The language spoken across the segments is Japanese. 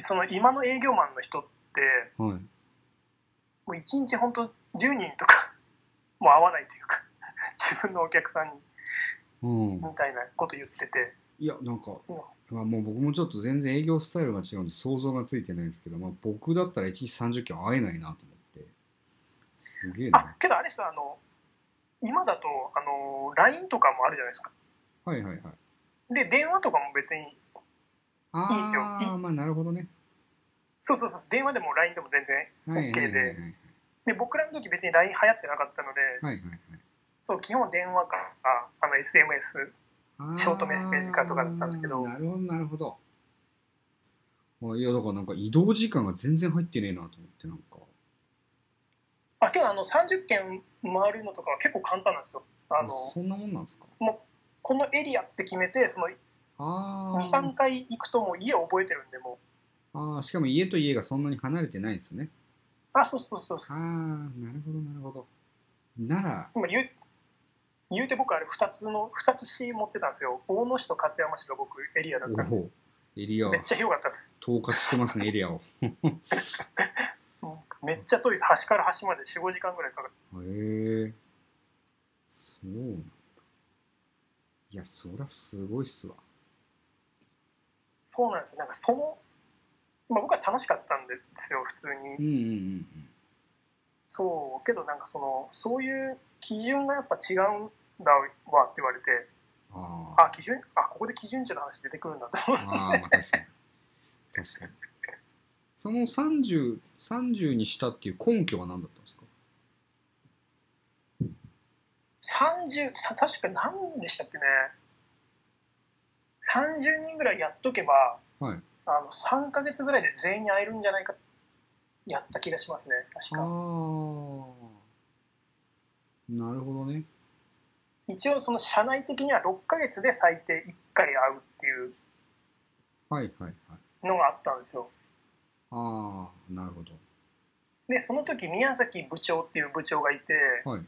その今の営業マンの人ってはい。もう一日本当10人とか もう会わないというか 自分のお客さんにうん。みたいなこと言ってていや、なんか、うんまあ、もう僕もちょっと全然営業スタイルが違うんで想像がついてないんですけど、まあ、僕だったら1日30キロ会えないなと思って。すげえあな。けどあれさあの今だとあの LINE とかもあるじゃないですかはいはいはい。で電話とかも別にああ、いいですよまあなるほどね。そうそうそう電話でも LINE でも全然はいはいはいはい OK で僕らの時別に LINE 流行ってなかったので、はいはいはい。そう基本電話かあの SMS ショートメッセージ化とかだったんですけどあーなるほどなるほどあいやだからなんか移動時間が全然入ってねえなと思ってなんかあけどあの30件回るのとかは結構簡単なんですよあのそんなもんなんですかこのエリアって決めてそのあー23回行くともう家覚えてるんでもあーしかも家と家がそんなに離れてないんですねうあそうそうそうああそうなるほどなるほどなら今言う言うて僕あれ2つの2つ市持ってたんですよ大野市と勝山市が僕エリアだったんおでおエリアめっちゃ広かったです統括してますねエリアをうんめっちゃ遠いです端から端まで45時間ぐらいかかるへえそうなんだいやそりゃすごいっすわそうなんですなんかその、まあ、僕は楽しかったんですよ普通にうんうんうんうんそうけどなんかそのそういう基準がやっぱ違うんだわって言われてあああ基準あここで基準値の話出てくるんだと思ってああ、まあ確かに。確かに。その30、30にしたっていう根拠は何だったんですか30さ確か何でしたっけね30人ぐらいやっとけば、はいあの3ヶ月ぐらいで全員に会えるんじゃないかやった気がしますね確ああか。なるほどね。一応その社内的には6ヶ月で最低1回会うっていうはいはいはい。のがあったんですよああ、なるほど。でその時宮崎部長っていう部長がいてはい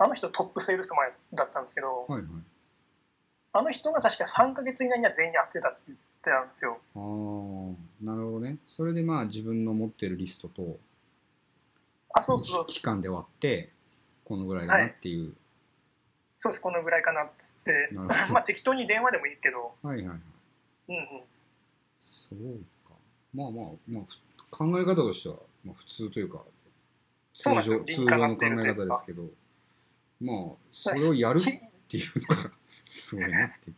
あの人トップセールスマンだったんですけど、はいはい。あの人が確か3ヶ月以内には全員に会ってたって言ってたんですよ。ああ、なるほどね。それでまあ自分の持ってるリストとあ、そうそう期そう。間で割って、このぐらいだなっていう。そうです、このぐらいかなっつって。なるほど。まあ適当に電話でもいいですけど。はいはいはい。うんうん。そうか。まあまあ、まあ、ふ考え方としては、まあ、普通というか、そうなん通ですよ常理通に常かなのっ考てえるという方かですけど、まあ、それをやるっひていうのが、すごいなってい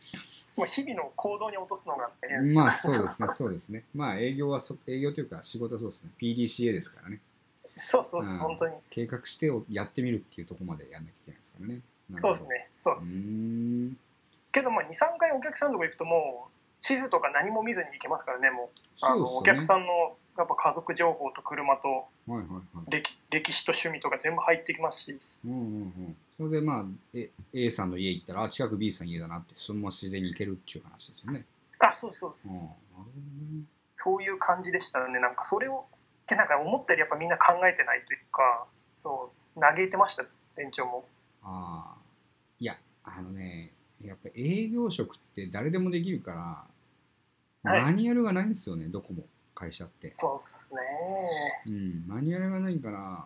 もう日々の行動に落とすのが大変ですう。けどまあ、そうですね、そうですね。まあ、営業はそ、営業というか、仕事はそうですね。PDCA ですからね。そうそうそう、うん本当に。計画してをやってみるっていうところまでやんなきゃいけないですからね。なるそほうどです。ね。そううです。ーん。けどまあ2、3回お客さんとか行くともう地図とか何も見ずに行けますからね、もう。あのそおうで客すさよんのやっぱ家族情報と車とね。はいはいはい。歴歴史と趣味とか全部入ってきますし。うんうんうん。それでまあ、え A さんの家行ったら、あ、近く B さんの家だなって、そのまま自然に行けるっていう話ですよね。あ、そうそうそう。うん、なるほどね。そういう感じでしたね。なんかそれを、でなんか思ったよりやっぱみんな考えてないというか、そう、嘆いてました、店長も。ああ。いや、あのね、やっぱ営業職って誰でもできるから、はいマニュアルがないんですよね、どこも、会社って。そうっすね。うん、マニュアルがないから、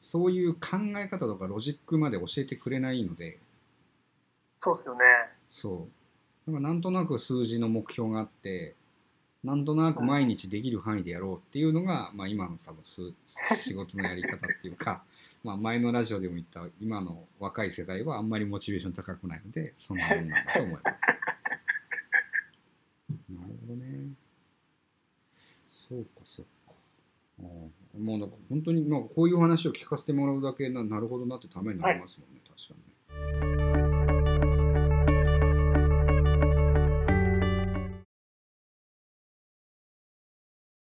そういう考え方とかロジックまで教えてくれないので、そうっすよね。そう。だからなんとなく数字の目標があって、なんとなく毎日できる範囲でやろうっていうのが、まあ今の多分す仕事のやり方っていうか、 まあ前のラジオでも言った今の若い世代はあんまりモチベーション高くないので、そんなもんなんだと思います。なるほどね。そうかそうか。ああもうなんか本当にまあこういう話を聞かせてもらうだけななるほどなってためになりますもんね、確かにね。